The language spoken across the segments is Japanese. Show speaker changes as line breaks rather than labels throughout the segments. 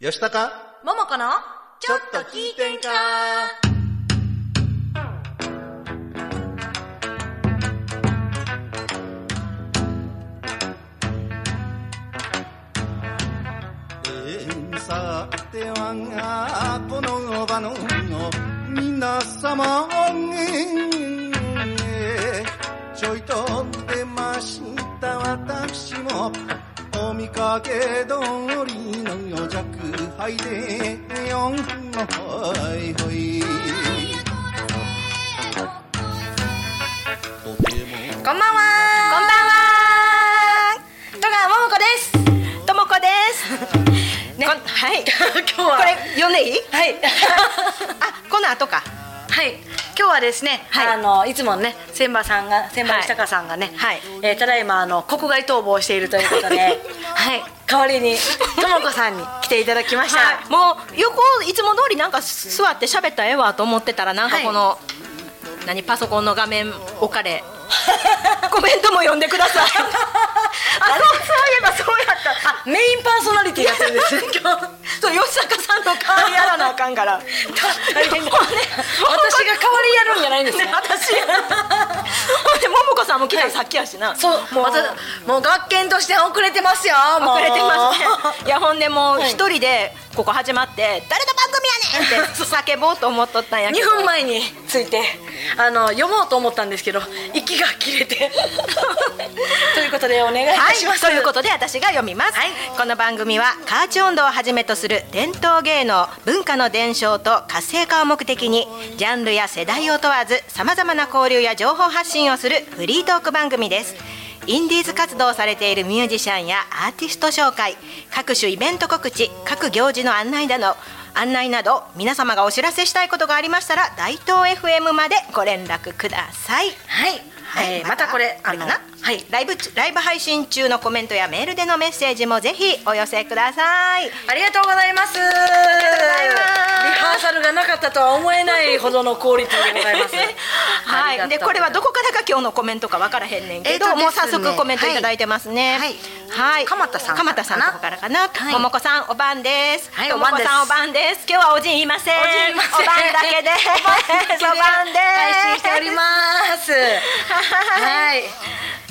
よしたか
ももこのちょっと聞いてんか
えーさてはこの場の皆様えーちょいと出ました私もお見かけ通りの弱敗でよんほいほいとても
こんばんはこんばんは戸川ももこです
ともこです。ね、 はい。
今日は
これ読んでいい？
はい
あ、この後か。
はい今日はですね、
はい
あのいつもね千葉さんが千葉下香さんがね、
はい
えーただいまあの国外逃亡しているということ ではい代わりにともこさんに来ていただきました、
はい。もう横いつも通りなんか座って喋ったらええわと思ってたらなんかこの、何パソコンの画面置かれ。 コメントも読んでください。 あ、そうそういえばそうやった。
あメインパーソナリティやってるんですね 今日
そう吉坂さんの代わりやらなあかんから。
大 変だ私が代わりやるんじゃないんですね
ね 私や。ほんでももこさんも来たのさっきやしな。
そうもう私もう学研として遅れてますよもう
遅れて ますねいやほんでもう
はい
一人でここ始まって「誰の番組やねん!」って叫ぼうと思っとったんやけ
2
ど
分前についてあの読もうと思ったんですけど息が切れて ということでお願いい
は
た
い
します、
ということで私が読みます、
はい
この番組はカーチ音頭をはじめとする伝統芸能文化の伝承と活性化を目的にジャンルや世代を問わずさまざまな交流や情報発信をするフリートーク番組ですインディーズ活動をされているミュージシャンやアーティスト紹介各種イベント告知各行事の案内など案内など皆様がお知らせしたいことがありましたら大東 FM までご連絡ください
はい、えーまたこれあ
れ
の
かな、
はい
ライブ中ライブ配信中のコメントやメールでのメッセージもぜひお寄せください
ありがとうございます
います
リハーサルがなかったとは思えないほどのクオリティでございます
はい、でこれはどこからが今日のコメントかわからへんねんけど、
えーとですね
もう早速コメントいただいてますね。
はい
はい、
鎌田さん
鎌田さんの方からかな。
はい
ももこさんおばんです。
はい
ともこさん
お
おばんです。今日はおじんいません。
おじんいません
おばんだけです。おばんです。
配信しており ます
はい
はい、え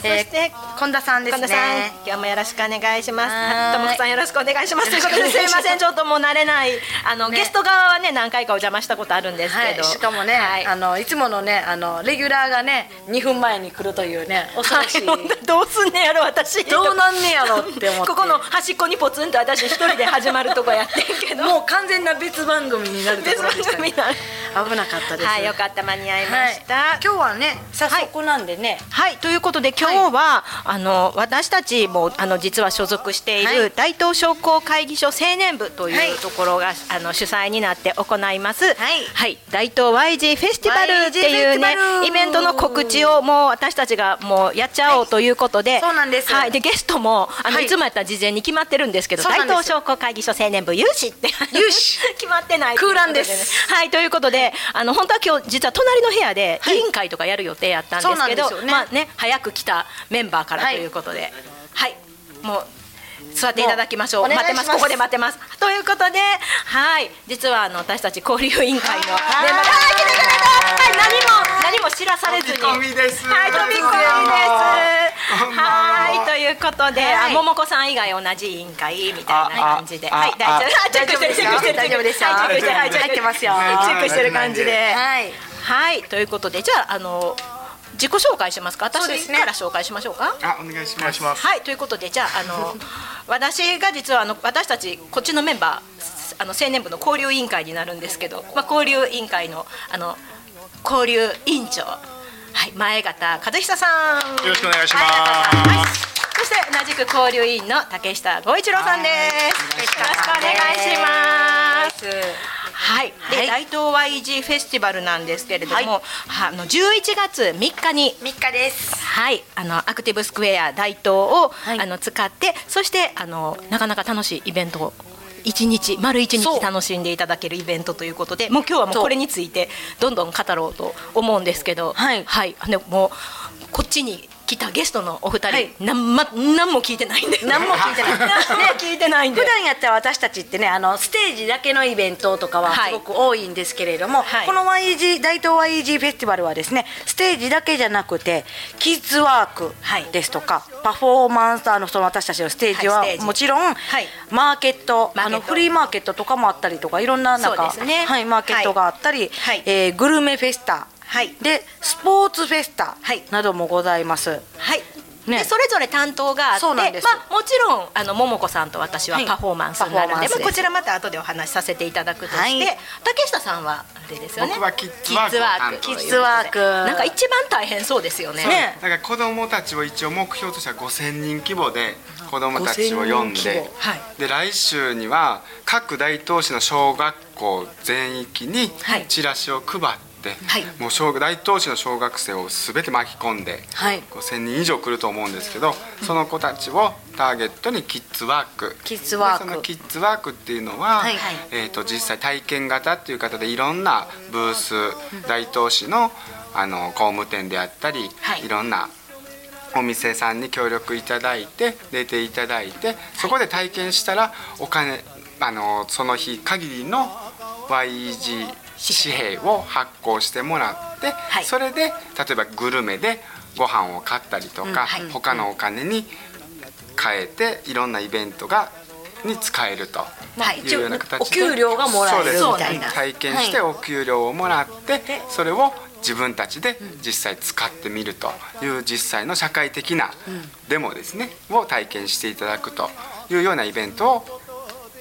ー
そして
近田さんですね
神田さん、今日もよろしくお願いします
はー。い
ともこさんよろしくお願いします。ということ
よ
で
ろ
す
しくお願い
い
します
ません、ちょっともう慣れない。あの、
ね
ゲスト側はね何回かお邪魔したことあるんですけど。
はい、しかもね、
はい
あのいつものねあのレギュラーがね2分前に来るというね恐ろしい、
ほんでどうすんねやろ私。
どうなんねやろって思って
ここの端っこにポツンと私一人で始まるとこやってんけど。
もう完全な別番組になるところでした、ね、
別番
危なかったです
はい、よかった間に合いま
はい
した。
今日はね早速なんでね、
はいということで今日は、あの私たちもあの実は所属してい
はい
る大東商工会議所青年部と
はい
いうところが、あの主催になって行います、
はい
大東 YG フェスティバルっていうね
YG フェスティバル
イベントの告知をもう私たちがもうやっちゃおうということで、
いそうなんです
はい、でゲストもあの、
はい
い、つもやったら事前に決まってるんですけど
そうなん
大
です
東商工会議所青年部有志って
有志
決まってない
空欄です
はいということであの本当は今日実は隣の部屋で
は
委
い
員会とかやる予定やったんですけど、
そうなんですよね
まあね早く来たメンバーから
は
と
い
いうことで、はい、もう座っていただきましょう。
もうお願い
待ってま
し
す。
ます
ここで待ってます。ということで、はい、実はあの私たち交流委員会のメンバーが
はい
あー来てくれた。はい、何も何も知らされずに。
飛び込みです
はい、飛び込みです。
こんばんは
はい、ということで、
はい
あももこさん以外同じ委員会みたいな感じで、
ああ
はい、大丈夫。
あ
あチェックしてる、チェックしてる、
大丈夫ですよ
はいチェックしてる、はい、チェックしてる
入ってますよ
チェックしてる感じで。
はい
はい、ということで、じゃあ、あの、自己紹介しますか。
そうで
私
すね
から紹介しましょうか。
あ、お願いします。
はい、ということで、じゃあ、あの、私が実は、あの、私たち、こっちのメンバー。あの、青年部の交流委員会になるんですけど、まあ、交流委員会の、あの、交流委員長。はい、前方和久さん。
よろしくお願いし
はい
ます。
そして同じく交流委員の竹下五一郎さんです。よろしくお願いします。はい、で、
は
大
い
東 YG フェスティバルなんですけれども、
はい
はあの11月3日に
3日です
はい、あのアクティブスクエア大東を、
はい
あの使って、そしてあのなかなか楽しいイベントを。一日丸一
そ
日
う
楽しんでいただけるイベントということでもう今日はもうこれについてどんどん語ろうと思うんですけど
はい
はい、でもうこっちに来たゲストのお二人、
はい
なんま、なんも聞いて ないんで
何も聞いてない
何も聞いて ないんで
普段やったら私たちってねあのステージだけのイベントとかは
はい
すごく多いんですけれども、
はい
この YG 大東 YG フェスティバルはですねステージだけじゃなくてキッズワークですとか、パフォーマンスあのその私たちのステージは
はいステージ
もちろん、
はい
マーケット
マーケット
あのフリーマーケットとかもあったりとかいろんななんか、
そうですね
はい、マーケットがあったり、
はい
えーグルメフェスタ、
はい
でスポーツフェスタ
はい
などもございます。
はい。
ね
でそれぞれ担当があって、
そう
ま
な
あ
んです
もちろんあの桃子さんと私は
はい
パフォーマンスになるん
パフォーマン
で、
スです
まあこちらまた後でお話しさせていただくとして、
はい
竹下さんはあれですよね。
僕はキッズワーク
キッ
キッ
ズ
ズ
ワ
ワ
ー
ー
ク
ク
なんか一番大変そうですよね。
ね
だから子供たちを一応目標としては5000人規模で子供たちを呼
5000
ん
人規
で
模
はい
で来週には各大東市の小学校全域に
はい
チラシを配って、
はい
もう小大東市の小学生を全て巻き込んで、
はい
5,000人以上来ると思うんですけどその子たちをターゲットにキッズワーク
キッズワーク
でそのキッズワークっていうのは、
はい
えー、と実際体験型っていう方でいろんなブース大東市のあの工務店であったり、
はい
いろんなお店さんに協力いただいて出ていただいてそこで体験したらお金あのその日限りの YEG 紙幣を発行してもらって、
い
それで例えばグルメでご飯を買ったりとか、
はい
他のお金に変えていろんなイベントがに使えると。
はい。
いうような形で
お給料がもらえる
そう
みたい
で
な
す体験してお給料をもらって、それを自分たちで実際使ってみるという実際の社会的なデモですねを体験していただくというようなイベントを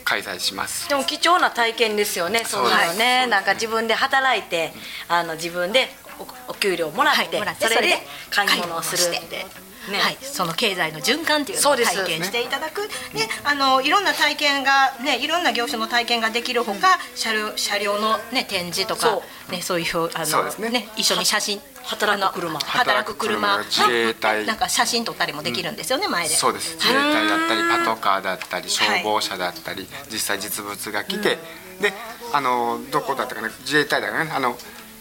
開催します。
でも貴重な体験ですよね。そ
そう
う
です
なのね。なんか自分で働いて、あの自分でおお給料もらっ
はい
て、
もらって
それで
それ
買
で
い物をするって。ね
はい、その経済の循環っていうの
そ
を
うです
体験していただく、ね、あのいろんな体験がね、いろんな業種の体験ができるほか、車両車両のね展示とか
そ
ねそういう表あ
そう
の
ですね
ね一緒に写真
働く車
あの働く車
働く車自衛隊
なんか写真撮ったりもできるんですよね、前で。
そうです自衛隊だったりパトカーだったり消防車だったり、実際実物が来て、であのどこだったかな自衛隊だからねあの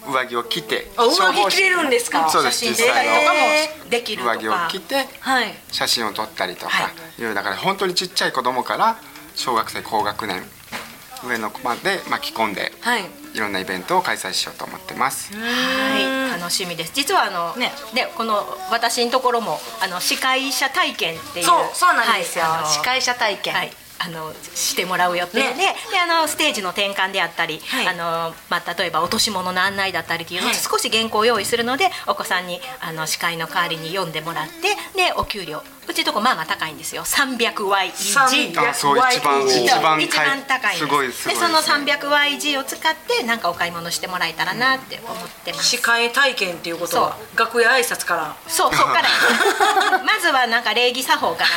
上着を着て
あ上着
消防士
着れるんですか
そうです
写真
実
撮ったり
際の
とかもできるとか。
上着を着て
はい。
写真を撮ったりとか、、
はい
うだから本当にちっちゃい子供から小学生高学年上の子まで巻き込んで、
はい。
い、ろんなイベントを開催しようと思ってます。
はい、楽しみです。実はあのね、ねこの私のところもあの司会者体験っていう
そうそうなんですよ。
はいあの
司会者体験。
はい、あのしてもらう予定で,、
ね
であのステージの転換であったり、
はい
あのまあ、例えば落とし物の案内だったりっていうのを
はい
少し原稿を用意するので、お子さんにあの司会の代わりに読んでもらってでお給料うちとこまあまあ高いんですよ 300YEG
300
あ、そう一番
一
一番
一番高いんです
すごいすごい
でその
ですね
300YG を使ってなんかお買い物してもらえたらなって思ってます
司会体験っていうことは
そ
楽屋挨拶から。
そう、そっ からやまずはなんか礼儀作法から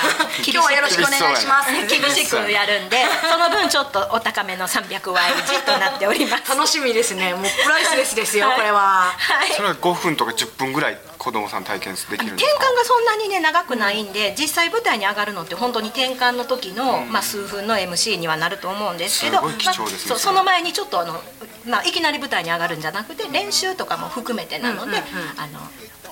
厳しく
今日はよろしくお願いします。
厳しそう や
厳しくやるんでその分ちょっとお高めの 300YG となっております
楽しみですね。もうプライスレスですよ。これは。
はい
それは5分とか10分ぐらい子供さん体験できるんで
転
すか
換がそんなにね長くないんで、実際舞台に上がるのって本当に転換の時の、まあ、数分の MC にはなると思うんですけど
すごい貴重ですね
まあそうその前にちょっとあの、まあ、いきなり舞台に上がるんじゃなくて練習とかも含めてなので、あの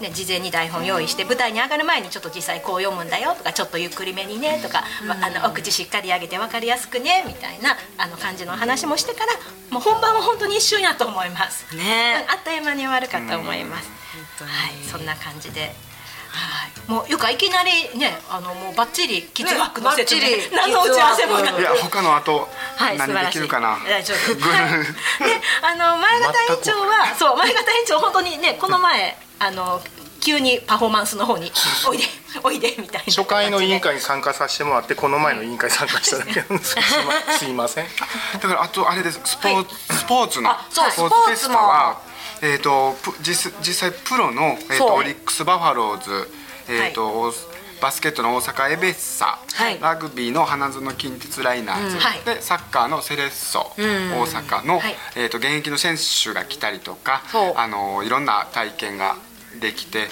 ね、事前に台本用意して舞台に上がる前にちょっと実際こう読むんだよとかちょっとゆっくりめにねとか、わあのお口しっかり上げて分かりやすくねみたいなあの感じの話もしてからもう本番は本当に一瞬やと思います。
ね。
あっという間に終わるかと思います。はい、そんな感じで。はい、もうゆかいきなりね、あのもうバッチリキッズワークの説明、
ねバッチリ
何の打ち合わせも
キッズワ
なく
ークが
いや他の後、
はい、素晴
何
ら
で
し
き
い。
るかな。
大丈夫。 はい、で、あの前方委員長は、そう前方委員長本当にねこの前あの急にパフォーマンスの方においでおいでみたいな。
初回の委員。会に参加させてもらってこの前の委員会参加しただけなんですけどすいま すいません
だからあとあれですスポーツ、スポーツの
あそう
スポーツフェスタはえっ、とプ実実際プロのえっ、
そう
とオリックスバファローズえっ、と、大バスケットの大阪エベッサ、
はい
ラグビーの花園近鉄ライナーズ、
うんはい
でサッカーのセレッソ、大阪の、
はい
えー、と現役の選手が来たりとか
そう
あのいろんな体験ができて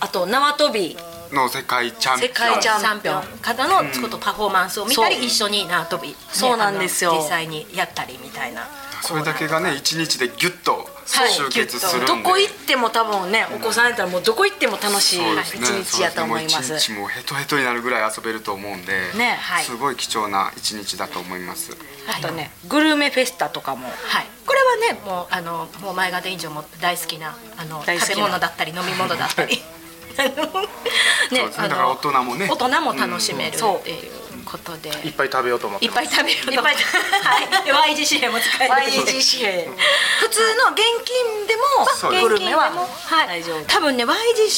あと縄跳び。
の世界チャンピオン
世界チャン
三票方のちょっとパフォーマンスを見たり、
そう
一緒に縄跳びね
そうなんですよ
あの実際にやったりみたいな
それだけがね一日でギュッと
はい
集結するん
ど
で
こ行っても多分ねお子さんやったらもうどこ行っても楽しい
そうです
一
ね
日やと思いま
そうですねもう一日もうヘトヘトになるぐらい遊べると思うんで、
ねはい
すごい貴重な一日だと思います
あとねグルメフェスタとかも
はい、これはねもうあのもう前川田院長も大好きなあの
大好きな
食べ物だったり飲み物だ ったりね
そうですねだから大人もね
大人も楽しめる
そう
っていうことで、
いっぱい食べようと思って
いっぱい食べる
いっぱい食 べ
はい YGCA も使える
YGC 普通の現金で
そ
も
うです
グルメは
はい、
大丈夫
多分ね YG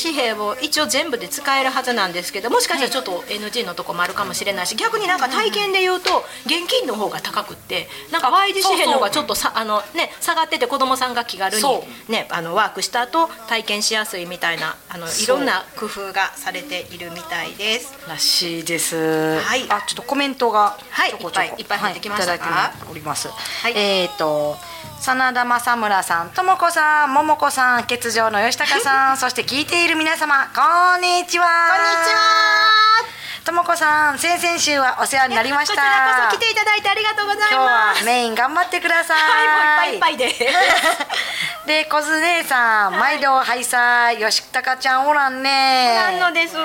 紙幣を一応全部で使えるはずなんですけどもしかしたらちょっと NG のとこもあるかもしれないし逆になんか体験で言うと現金の方が高くってなんか YG 紙幣の方がちょっとさあの、ね、下がってて子どもさんが気軽に
そ、
ね、あのワークした後体験しやすいみたいなあの
そう
いろんな工夫がされているみたいです。
らしいです。
はい
あ、ちょっとコメントが
はい
ちょこちょこ
いっぱいいっぱい入ってきましたか
はいいただいております。
い
えっ、と。真田正村さん、ともこさん、ももこさん、欠場の吉高 さん、そして聞いている皆様、こんにちは。ともこさん、先々週はお世話になりまし
こ
た。
ちらこそ来ていただいてありがとうございます。
今日はメイン頑張ってください。
はい、もういっぱいいっぱいです。
で、小津姉さん、毎度ハイサイ、吉高ちゃんおらんね。
なのです。
あ、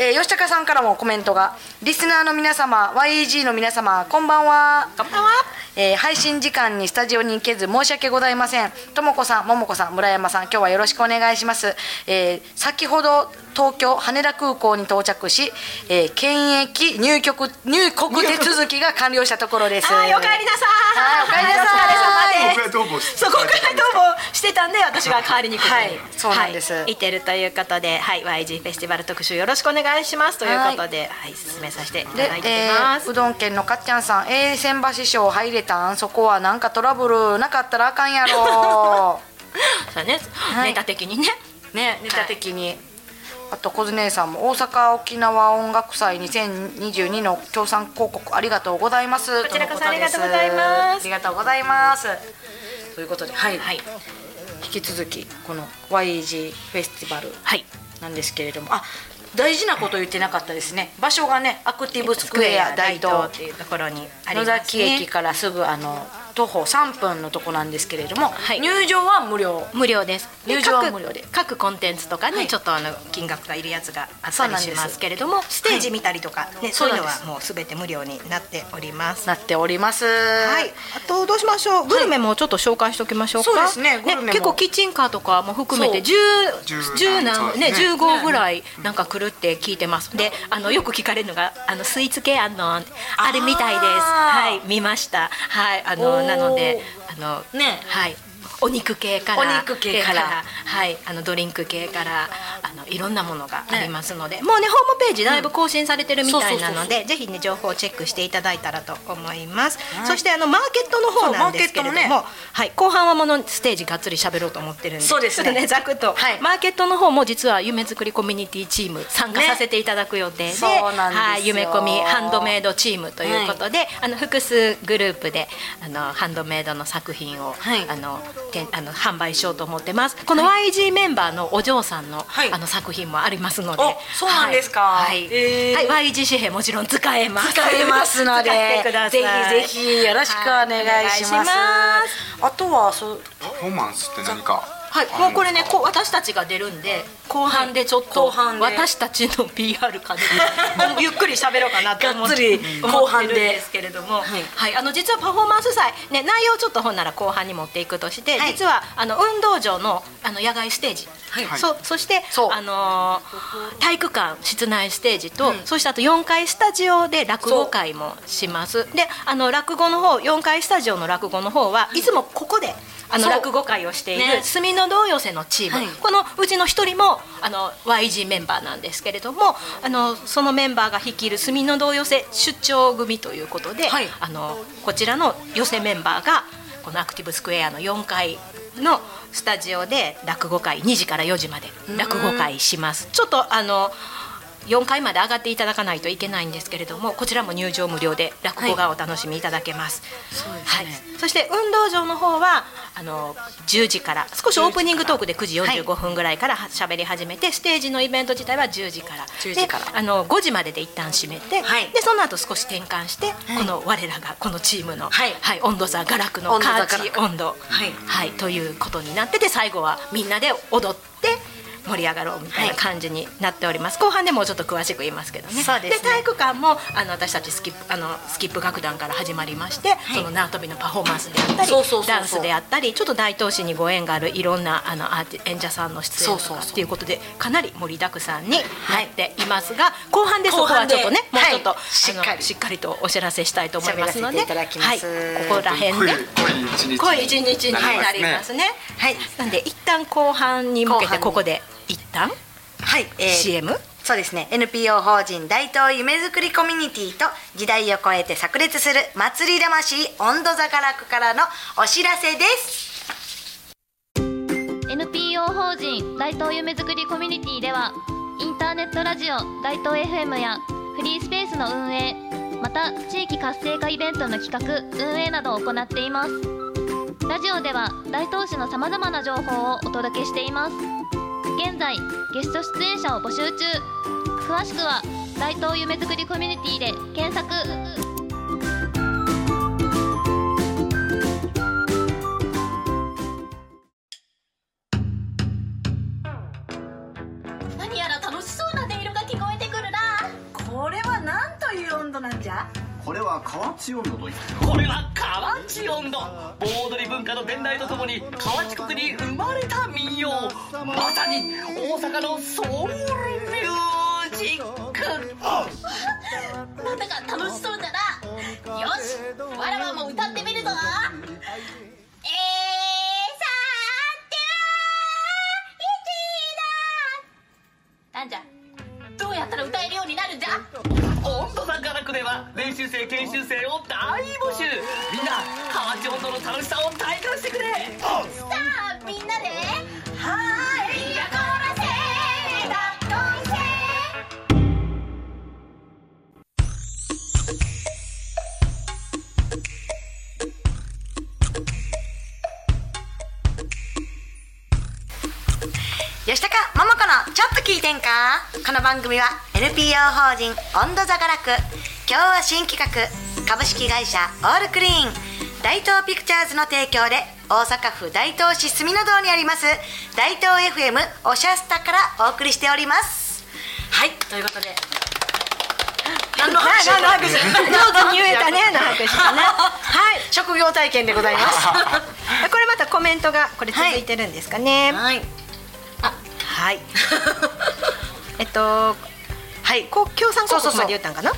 えー吉高さんからもコメントがリスナーの皆様 YEG の皆様こんばんは
こんばんは。
えー配信時間にスタジオに行けず申し訳ございませんともこさんももこさん村山さん今日はよろしくお願いします、えー先ほど東京羽田空港に到着し、えー検疫入局入国手続きが完了したところです
あーおかえりなさ
はい
い。
おかえりなさい
お疲れ様です。
どうも
そこからどうもしてたんで私が代わりにここに
はいそうなんです
はい、いてるということで、はい、YG フェスティバル特集よろしくお願いしますということで、はい、進めさせていた
で
だい、て
え
ま
ー
す。
うどん県のかっちゃんさん「えー、千橋賞入れたんそこはなんかトラブルなかったらあかんやろ」
そうね、
い
ネタ的にね。
ねネタ的に、あと小津姉さんも「大阪沖縄音楽祭2022の協賛広告ありがとうございます」
こちらこそ
のです
ありがとうございます
ありがとうございますということではい、
はい
引き続きこの YEG フェスティバル
はい。
なんですけれどもあ大事なこと言ってなかったですね場所がねアクティブスクエア
大
大東
東っていうところにありま
野
す、ね。
崎駅からすぐあの徒歩3分のとこなんですけれども、
はい
入場は無料
無料ですで
入場は
各
無料で
各コンテンツとかね、
はい
ちょっとあの金額がいるやつがあっ
そう
た
な
り
んで
し
す
ますけれどもステージ見たりとか、ねそういうの
そうなんで
はもうすべて無料になっております
なっております。
はい、あとどうしましょうグルメもちょっと紹介しておきましょうか、
そうですねグルメも
結構キッチンカーとかも含めて
そ
10十
そう
何
で
ね
すね
15ぐらいなんか来るって聞いてますであのよく聞かれるのがあのスイーツ系あんのあれみたいですはい見ましたはいあ
お
の
ー
なのであの
ね
はいお肉系から
お肉系から
はいあのドリンク系からあのいろんなものがありますので、もうねホームページだいぶ更新されてるみたいなので、ぜひね情報をチェックしていただいたらと思います、そしてあのマーケットの方なんですけれども
そうマーケットも
はい、後半はものステージがっつり喋ろうと思ってるんで
そうですね
ちょっとねざくっと、
はい
マーケットの方も実は夢作りコミュニティチーム参加
ね
させていただく予定で,、
そうなんですよ
はい、夢コミハンドメイドチームということで、あの複数グループであのハンドメイドの作品を、
はい
あのてんあの販売しようと思ってますこの YG メンバーのお嬢さんの,、
はい
あの作品もありますので
おそうなんですか
はい、
えー
はい、YG 紙幣もちろん使えます
使えますので
使ってくださ
ぜ
い
ひぜひよろしくお願
は
いします,、
いお願いします
あとはそう
パフォーマンスって何か
はい、もうこれね、こう私たちが出るんで、後半でちょっ
後
と
半で
私たちの PR か ね、もうゆっくり喋ろうかなと思っ
がっつり
て、
後半
思っ
で
てるんですけれども、
は
はいい、あの実はパフォーマンス祭ね、内容ちょっと本なら後半に持っていくとして、
はい
実はあの運動場のあの野外ステージ、
はい
そそして
そう
あのー体育館室内ステージと、そしてあと4階スタジオで落語会もします。で、あの落語の方、4階スタジオの落語の方はいつもここで。あの
そう
落語会をしている、
ね
住の堂寄せのチーム、
はい
このうちの一人もあの YG メンバーなんですけれどもあのそのメンバーが率いる住の堂寄せ出張組ということで、
はい
あのこちらの寄せメンバーがこのアクティブスクエアの4階のスタジオで落語会2時から4時まで落語会します。ちょっとあの4階まで上がっていただかないといけないんですけれどもこちらも入場無料で落語がお楽しみいただけます、
そうです
はい
ね、
そして運動場の方はあの10時から少しオープニングトークで9時45分ぐらいからは喋り始めて、ステージのイベント自体は10時から
10時から
であの5時までで一旦閉めて、
はい
でその後少し転換して、この我らがこのチームの、
はい
温度差ガラクの
温度
カ
差
ーチ温度、
はい
はい、ということになってて最後はみんなで踊って盛り上がろうみたいな感じになっております、後半でもうちょっと詳しく言いますけどね
そうですね
体育館もあの私たちスキップあのスキップ楽団から始まりまして、その縄跳びのパフォーマンスであったり
そうそうそうそう
ダンスであったりちょっと大東市にご縁があるいろんなあのアーティ演者さんの出演と
そうそう
か
そう
っていうことでかなり盛りだくさんになっていますが、後半でそこ
後
は
半で
ちょっとねもうちょっと、
はいしっかり
あのしっかりとお知らせしたいと思い
喋
ま
ら
す
せ
の
て
で
いただきます
はい、ここら辺
濃い
で。
濃い一日
濃い一日になりますね。
はい
なんで一旦後半に向け
後半
て
に
ここで一旦
はい、えー
CM。
そうですね NPO 法人大東夢づくりコミュニティと時代を超えて炸裂する祭り魂温度座ガラクからのお知らせです
NPO 法人大東夢づくりコミュニティではインターネットラジオ大東 FM やフリースペースの運営また地域活性化イベントの企画運営などを行っていますラジオでは大東市のさまざまな情報をお届けしています現在ゲスト出演者を募集中詳しくは大東夢づくりコミュニティで検索
何やら楽しそうな音色が聞こえてくるな
これは何という温度なんじゃ
これは河内温度といって
これは河内音頭盆踊り文化の伝来とともに河内国に生まれた民謡まさに大阪のソウルミュージック
なんだか楽しそうだなよしわらわも歌ってみるぞえー、さーてーいちーだなんじゃどうやったら歌えるようになるんじゃ
音頭さんからくでは練習生研修生を大募集みんな河内音頭の楽しさを体感してくれ
さあみんなではーいやこらせーだどいせー
吉高桃子のちょっと聞いてんかこの番組は NPO 法人温度座ガラク今日は新企画株式会社オールクリーン大東ピクチャーズの提供で大阪府大東市住の堂にあります大東 FM おしゃスタからお送りしておりますはいということで 何の話
何の拍手上手に言えたねの拍手だねはい
職業体験でございます
これまたコメントがこれ続いてるんですかねはい、
はい
えっと
はい
こう共産
そう
広告ま
そうそう
で言ったんかな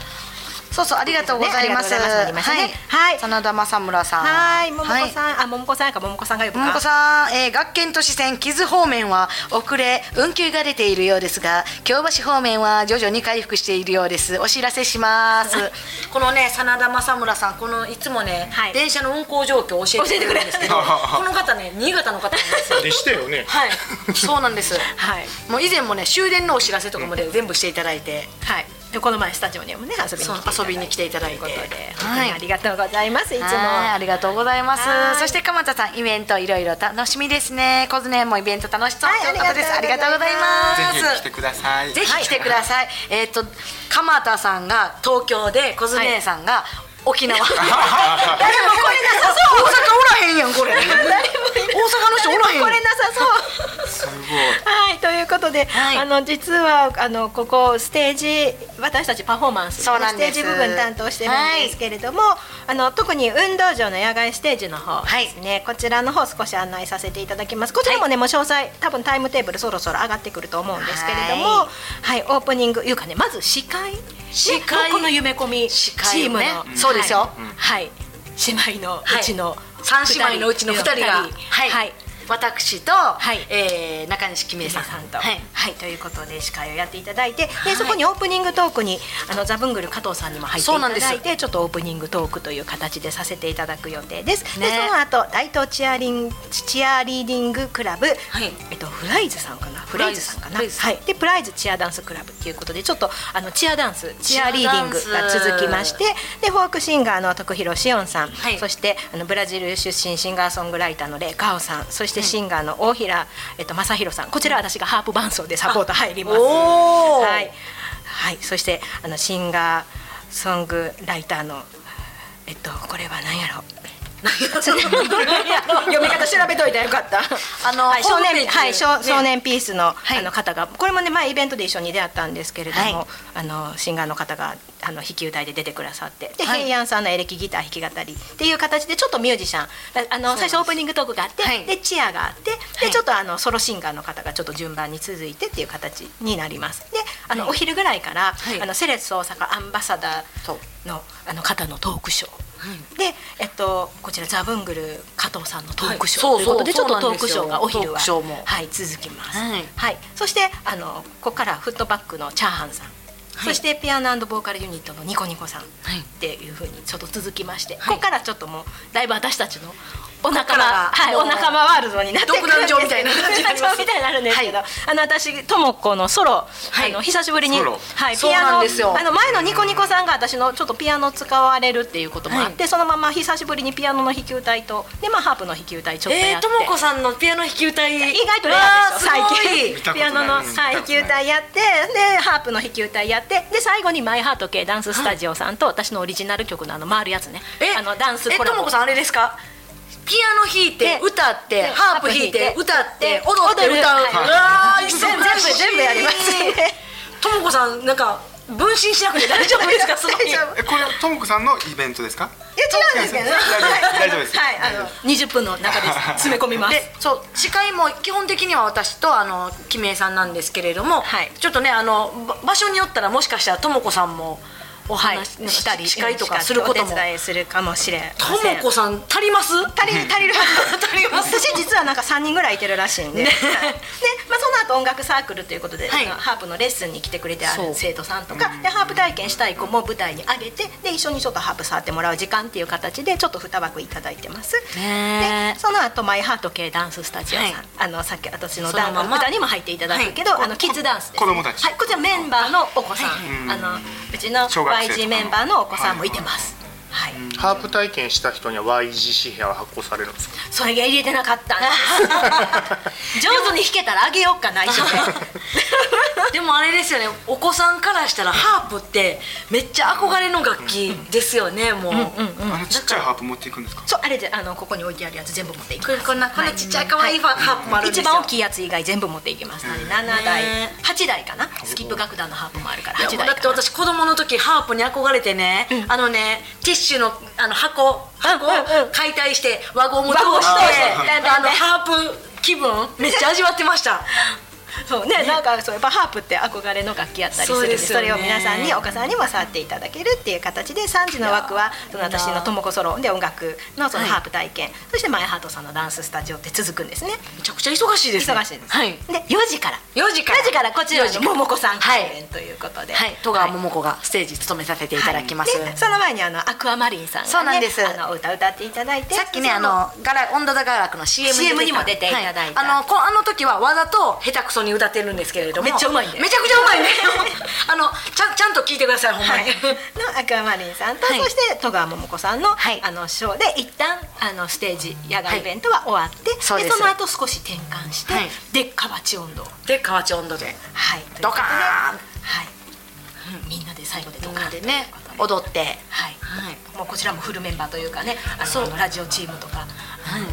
そうそうありがとうございます
ねありがとうございます
はい、
はい
真田正村さん
はいももこ
はい
さん、あももこさんやかももこさんが呼ぶか
桃子さん、えー、学研都市線木津方面は遅れ運休が出ているようですが京橋方面は徐々に回復しているようですお知らせします このね真田正村さんこのいつもね、
はい
電車の運行状況を教えてくれるんですけど この方ね新潟の方なんですよ
でしたよね
はいそうなんです
はい
もう以前もね終電のお知らせとかもで全部していただいて
はい。でこの前スタジオにもね遊びに来ていただいて
そう
とう
遊びに来ていただいて
ことで
はい
本当にありがとうございますいつも。
はいありがとうございます
はい
そして鎌田さんイベントいろいろ楽しみですね小常もイベント楽しそう
はい
ということです、
あ
あ
り
り
がと
がと
う
う
ご
ご
ざ
ざ
い
いま
ぜ
す
ひ来てください
ぜひ来てください。えっ、と鎌田さんが東京で、小津姉さんが沖 縄。 誰も来れなさそう。大阪おらへんやんこれ。大阪の人おらへん
こ
やん。
れなさそう
すごい
はいということで、
はい
あの実はあのここステージ私たちパフォーマンス
そう
の
なん
ス
で
テ
す
ージ部分担当してるんですけれども、あの特に運動場の野外ステージの方ですね、こちらの方少し案内させていただきますこちらもね、もう詳細多分タイムテーブルそろそろ上がってくると思うんですけれども
は
はい、オープニングいうかねまず司会
司会
ねこの夢込みチ
司会
ームの、
ねそうですよ
はい、はい姉妹のうちの、
はい三姉妹のうちの二人が
はい、
はい私と、えー中西紀美恵さん
さんと、
は
はい
い、
ということで司会をやっていただいて、でそこにオープニングトークにあのザブングル加藤さんにも入ってい
そう
た
なんです
だいてちょっとオープニングトークという形でさせていただく予定です。
ね
でその後大東チアリンチアリーディングクラブ、えっとフライズさんかなフライズさんかなはいでプライズチアダンスクラブということでちょっとあのチアダンスチアリーディングが続きまして。ででフォークシンガーの徳弘紫音さん、そしてあのブラジル出身シンガーソングライターのレイ・カオさんそしてシンガーの大平、えっと、正弘さんこちらは私がハープ伴奏でサポート入ります。
あおー
はいはい、そしてあのシンガーソングライターのえっとこれは何やろちょっと 読み方調べといたらよかった。
あの、
はい、
ホ
少
ームペー
年、
ジで
はい、少
ね
少年ピースの、あの方が、これもね、前イベントで一緒に出会ったんですけれども。
は
あのシンガーの方が、あの弾き歌いで出てくださって、で、
はい
ヘイヤンさんのエレキギター弾き語り。っていう形で、ちょっとミュージシャン、あの、最初オープニングトークがあって、で、チアがあって。で、ちょっと、あの、ソロシンガーの方が、ちょっと順番に続いてっていう形になります。で、あの、お昼ぐらいから、あの、セレス大阪アンバサダーの、あの方のトークショー。で、えっと、こちらザブングル加藤さんのトークショー
は
と
い
いうことで、
そうそう
ちょっとトークショーがお
そ
昼
う
は
なんですよトークショーも
はい続きます。は
はいい、
そしてあのここからフットバックのチャーハンさん、そしてピアノボーカルユニットのニコニコさんっていうふうにちょっと続きまして、ここからちょっともうだいぶ私たちのお仲
ここから
間
は
はい
もう
お仲間ワールドになってくるんですけど
独壇場みたいな感じになりま
独壇
す
場みたいになるんですけど、あの私ともこのソロ、あの久しぶりに
ソロ
はい
そう
ピア
な
ノ
んですよ
あの前のニコニコさんが私のちょっとピアノ使われるっていうこともあって、そのまま久しぶりにピアノの弾き歌いとでまあハープの弾き歌いちょっとや
え
っ
ー、
て。
ともこさんのピアノ弾き歌い意
意外とレアでしょ最
最
近
近
ピアノの、はい、弾き歌いやってでハープの弾き歌いやってで最後にマイハート系ダンススタジオさんと私のオリジナル曲のあの回るやつねあのダンス
え
コラ
と
ボ
もこさんあれですかピアノ弾いて歌って
で
ハープ弾い
ハー
て
プ
歌って
で
踊って
踊る
歌
は
う
いう
わー
全
忙しい
全部全部やります
ともこさんなんか分身しなくて大丈夫です かその日
えこれはともこさんのイベントですか
え違うんですけどね
大丈夫です
はいあの20分の中です詰め込みます
でそう司会も基本的には私とあのキミエさんなんですけれども、ちょっとねあのば場所によったらもしかしたらともこさんもお話し、
したり
司会とかすることも
お手伝いするかもしれん
ともこさん足ります
足り足りるはず 足ります私実はなんか3人ぐらいいてるらしいんで、
ね
はいで、まあ、その後音楽サークルということで、
はい
あのハープのレッスンに来てくれてあ
そ
る
う
生徒さんとかでハープ体験したい子も舞台に上げてで一緒にちょっとハープ触ってもらう時間っていう形でちょっと2枠いただいてます、
ね
でその後マイハート系ダンススタジオさん、
はい
あのさっき私の
その
ダン
まま
歌にも入っていただくけど、あのキッズダンスです
子供たち
はい、こちらメンバーのお子さん、あのうちの
小学生とか
YG メンバーのお子さんもいてます、
ハープ体験した人には YG 紙幣は発行されるんですか
それが入れてなか ったんです。上手に弾けたらあげようかな一緒に。
でもあれですよねお子さんからしたらハープってめっちゃ憧れの楽器ですよねもう,、
あのちっちゃいハープ持っていくんですか
そうあれであのここに置いてあるやつ全部持っていきます。
こんなこんなちっちゃい可愛いファハープもあるんですよ
一番大きいやつ以外全部持っていきます。なので七台
ね、
八台かな。スキップ楽団のハープもあるから
いや
八
もう
台
だ
か
って私子供の時ハープに憧れてね、あのねティッシュのあの箱箱を解体して輪ゴム通して
輪ゴム通して
あのハープ気分めっちゃ味わってました
な。そうねなんかそうやっぱハープって憧れの楽器やったりするんで
そうです
そ
よ
れ
ね
を皆さんにお母さんにも触っていただけるっていう形で三時の枠はその私のともこソロで音楽のそのハープ体験、そしてマイハートさんのダンススタジオって続くんですね。
めちゃくちゃ忙しいです、ね、
忙しいです。
はい
で4時から
4時から
4時からこちら
4時
の
から
桃子さん公演ということで、
はい戸川桃子がステージ務めさせていただきます、
でその前にあのアクアマリンさんが、ね、
そうなんです
あのお歌歌っていただいて
さっきね
そ
あのガラ温度だガラクの CM た
CM にも出ていただいた
はあのこあの時はわざと下手くそに歌ってるんですけれども
めっちゃうまいね
めちゃくちゃうまいね あのちゃんちゃんと聞いてくださいほんまに、
のアクアマリンさんと、
はい
そして戸川桃子さんの,、あのショーで一旦あのステージ野外イベントは終わって、
そうです
その後少し転換して、
はい
で河内温度
で河内温度で
はい
ドカーン
みんなで最後でド
みん
カ
な
ン
でね踊って
はい、もうこちらもフルメンバーというかねあのラジオチームとか、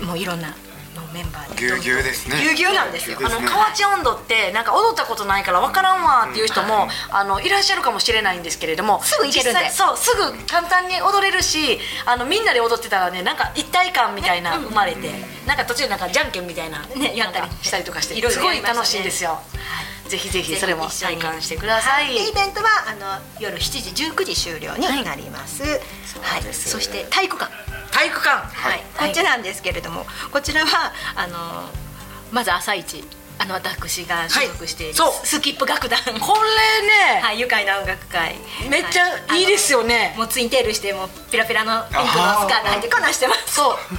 もういろんなもうメンバーで
ぎゅうぎゅうですね
ぎゅうぎゅうなんですよ
ぎゅうぎゅ
あ
う
の
ですね
河内温度ってなんか踊ったことないからわからんわっていう人も、あのいらっしゃるかもしれないんですけれども
すぐ行けるんで
実際そうすぐ簡単に踊れるしあのみんなで踊ってたらねなんか一体感みたいな生まれて、なんか途中でなんかじゃんけんみたいな、
ねやったり
したりとかして
いろい
す
ろ
ご
やり
い
ましたね
楽しいんですよ、ぜひぜひそれも体感してください、
はいでイベントはあの夜7時19時終了になります。はい、そして体育館。
体体育館、
はい、こっちなんですけれども、こちらはあの
まず朝一あの私が所属している、
そう
スキップ楽団これ
ね、
はい、愉快な音楽会
めっちゃいいですよね、
もうツインテールしてもうピラピラのピンクのスカート履いてこなしてます
そう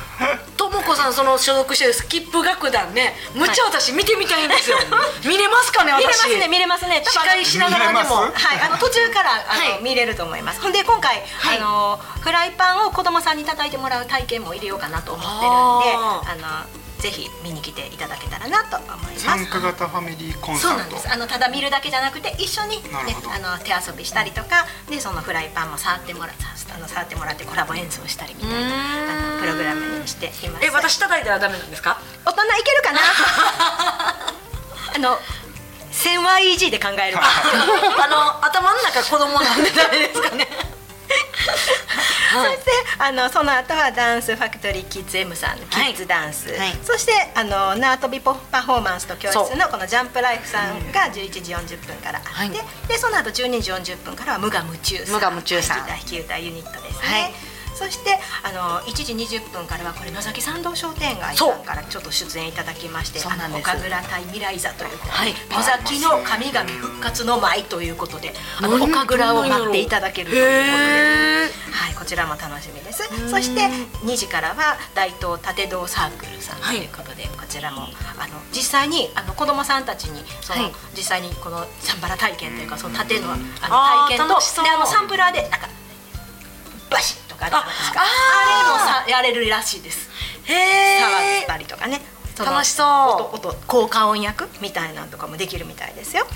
ともこさんその所属してるスキップ楽団ねむっちゃ私見てみたいんですよ、 見れますかね
見れま
私
すね見れますね
司会しながらでも
はい、あの途中からあの、見れると思いますほんで今回、あのフライパンを子供さんに叩いてもらう体験も入れようかなと思ってるんであのぜひ見に来ていただけたらなと思います
参加型ファミリーコンサ
そうな
ー
ん
ト
ですあのただ見るだけじゃなくて一緒に、ね
なるほ、ど
あの手遊びしたりとかでそのフライパンも触ってもらあの触ってもらってコラボ演奏したりみたいなあのプログラムにしています
え私叩いたらダメなんですか
大人いけるかなあの 1000YEG で考えるわ
あの頭の中子供なんでダメですかね
そしてあのその後はダンスファクトリーキッズ M さんのキッズダンス、
はい
そしてあの縄跳びポパフォーマンスと教室のこのジャンプライフさんが11時40分からあって、でその後12時40分からは無我夢中さん
無我夢中さん
引き歌ユニットですね、
はい
そしてあの1時20分からはこれ野崎参道商店街さんからちょっと出演いただきまして
そうなん
あの
です
岡倉対未来座という、
はい
野崎の神々復活の舞ということであの
うん
岡倉を待っていただけるということで。
へえ
はい、こちらも楽しみです。そして2時からは大東縦堂サークルさんということで、こちらもあの実際にあの子供さんたちにその、
はい
実際にこのサンバラ体験というかその縦のあの
あー
体験と
楽しそう
であのサンプラーでなんかバシッとかあるじゃないです か。あ
あ
れもさやれるらしいです。
へ
触っ
え
たりとかね。その
楽しそう
音音効果音訳みたいなのとかもできるみたいですよ。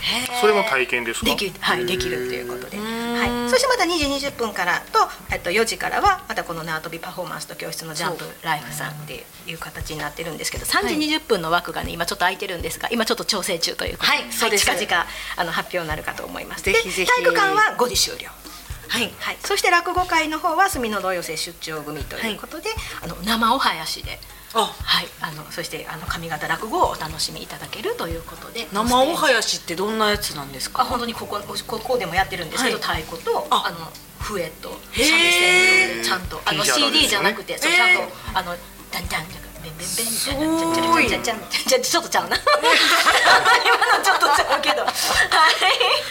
それも体験ですか
できるは
へ
い
ー
できるということで、はい、そしてまた2時20分からとえっと4時からはまたこの縄跳びパフォーマンスと教室のジャンプライフさんっていう形になってるんですけど3時20分の枠がね今ちょっと空いてるんですが今ちょっと調整中ということ
はいそうです
近々あの発表になるかと思います
ぜひ
で
ぜひ
体育館は5時終了
はい
はい、そして落語会の方は隅の童謡生出張組ということで、あの生お囃子で。
あ
はい、あのそしてあの上方落語をお楽しみいただけるということで
生お囃子ってどんなやつなんです
あ
か
本当にここここでもやってるんですけど、太鼓とあの笛と
へ
三味線
ー
とちゃんとあの
いいじゃな
CD じゃな
いですか
くて、そう
へー
ちゃんとあのダンダンベンベンベンみたいな
ごい
ちゃちゃちゃちゃちゃちょっとちゃうな今のちょっとちゃうけどはい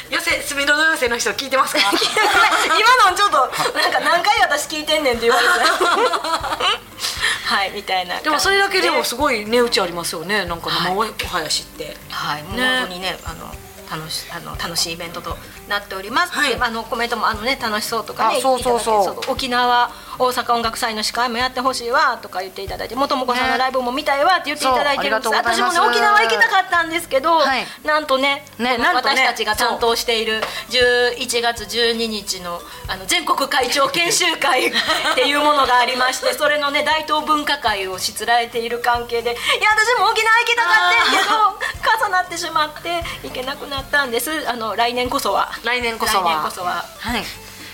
寄せ隅の寄せの人 聞いてますか
今のちょっとなんか何回私聞いてんねんって言われたはいみたいな感じ
でもそれだけでもすごい値打ちありますよねなんか生お囃子って
はい、もう
ね
本当にね、あの。楽しあの楽しいイベントとなっております、
はい
であのコメントもあの、ね、楽しそうとかね
あそうそうそう
いただいて沖縄大阪音楽祭の司会もやってほしいわとか言っていただいてもともこさんの
ね
ライブも見たいわって言っていただいてるんです、
そうありがとうござ
私
いま
もね
す
沖縄行けなかったんですけど、
はい
なんとね
ねなんとね
私たちが担当している11月12日のあの全国会長研修 会っていうものがありましてそれのね大東文化会をしつらえている関係でいや私も沖縄行けなか ったんやけど重なってしまって行けなくなったんですあの来年こそは
来年こそは
来年こそは
はい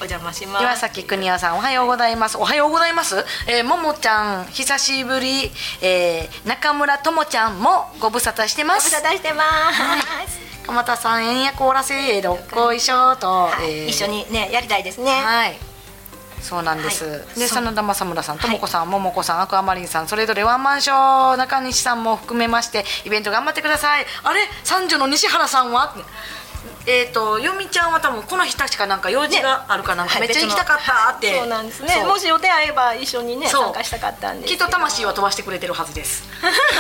お邪魔します
岩崎邦夫さんおはようございますおはようございます、えー、ももちゃん久しぶり、えー、中村ともちゃんもご無沙汰してま
ご無
す
沙汰してます、
鎌田さん円やコーラせえどっこいしょと、
はい
えー
一緒にねやりたいですね
はいそうなんです、
はい
で
そう
真田正村さんともこさん、ももこさんアクアマリンさんそれぞれワンマンショー中西さんも含めましてイベント頑張ってくださいあれ三女の西原さんはえー、とよみちゃんは多分この日確かなんか用事があるかなんか、
はい
めっちゃ行きたかったって、
別のはいそうなんですね
そう
もし予定合えば一緒にね
そう
参加したかったんです
きっ
けど
と魂は飛ばしてくれてるはずです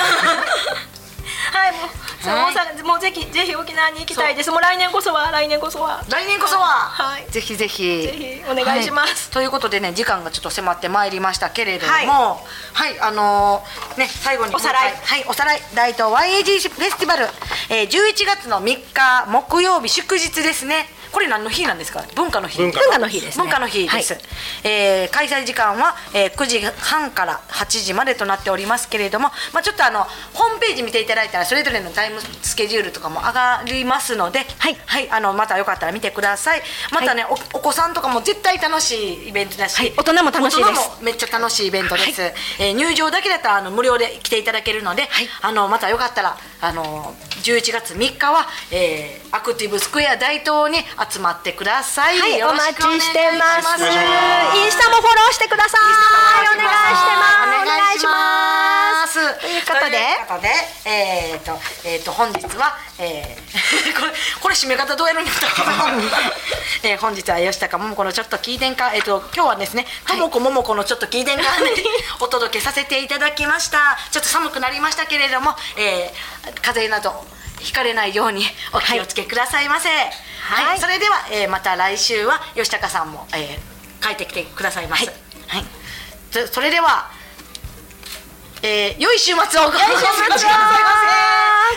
はい、もう、そう
はい
大阪もうぜひ、ぜひ沖縄に行きたいです。もう来年こそは、来年こそは。
来年こそは、
はい
ぜひぜひ
ぜひお願いします
はいということでね時間がちょっと迫ってまいりましたけれども
は
はいい、あのーね最後に
おさらい
はいおさらい大東 YAG フェスティバル、えー、11月の3日木曜日祝日ですねこれ何の日なんですか文化の日
文化文化
の日ですね
文化の日です、
はい
えー開催時間は、えー9時半から8時までとなっておりますけれども、まあ、ちょっとあのホームページ見ていただいたらそれぞれのタイムスケジュールとかも上がりますので、はいあのまたよかったら見てくださいまたね、おお子さんとかも絶対楽しいイベントだし、
はい大人も楽しいです
大人もめっちゃ楽しいイベントです、えー入場だけだったらあの無料で来ていただけるので、あのまたよかったらあの11月3日は、えーアクティブスクエア大東に集まってください。
はい、
よ
お
ろ
待
し
ち
くお願い
してます。イ
し
ンスタもフォローしてください。お願いしてます。お願いします。ということで、
ということで、えっ、と、えっ、と、本日は、えー これ、これ締め方どうやるんですか。 えー本日は吉高桃子のちょっと聞いてんか、えっ、と、今日はですね、ともこ桃子のちょっと聞いてんか、 お届けさせていただきました。ちょっと寒くなりましたけれども、えー風邪など。ひかれないようにお気をつけくださいませ。はい、それでは、えーまた来週は吉高さんも、えー帰ってきてくださいます。はい、そそれでは。えー、良い週末をお 過ごしくださいま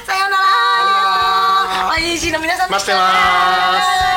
せ。さようなら。IEG の皆さんでした。
待ってます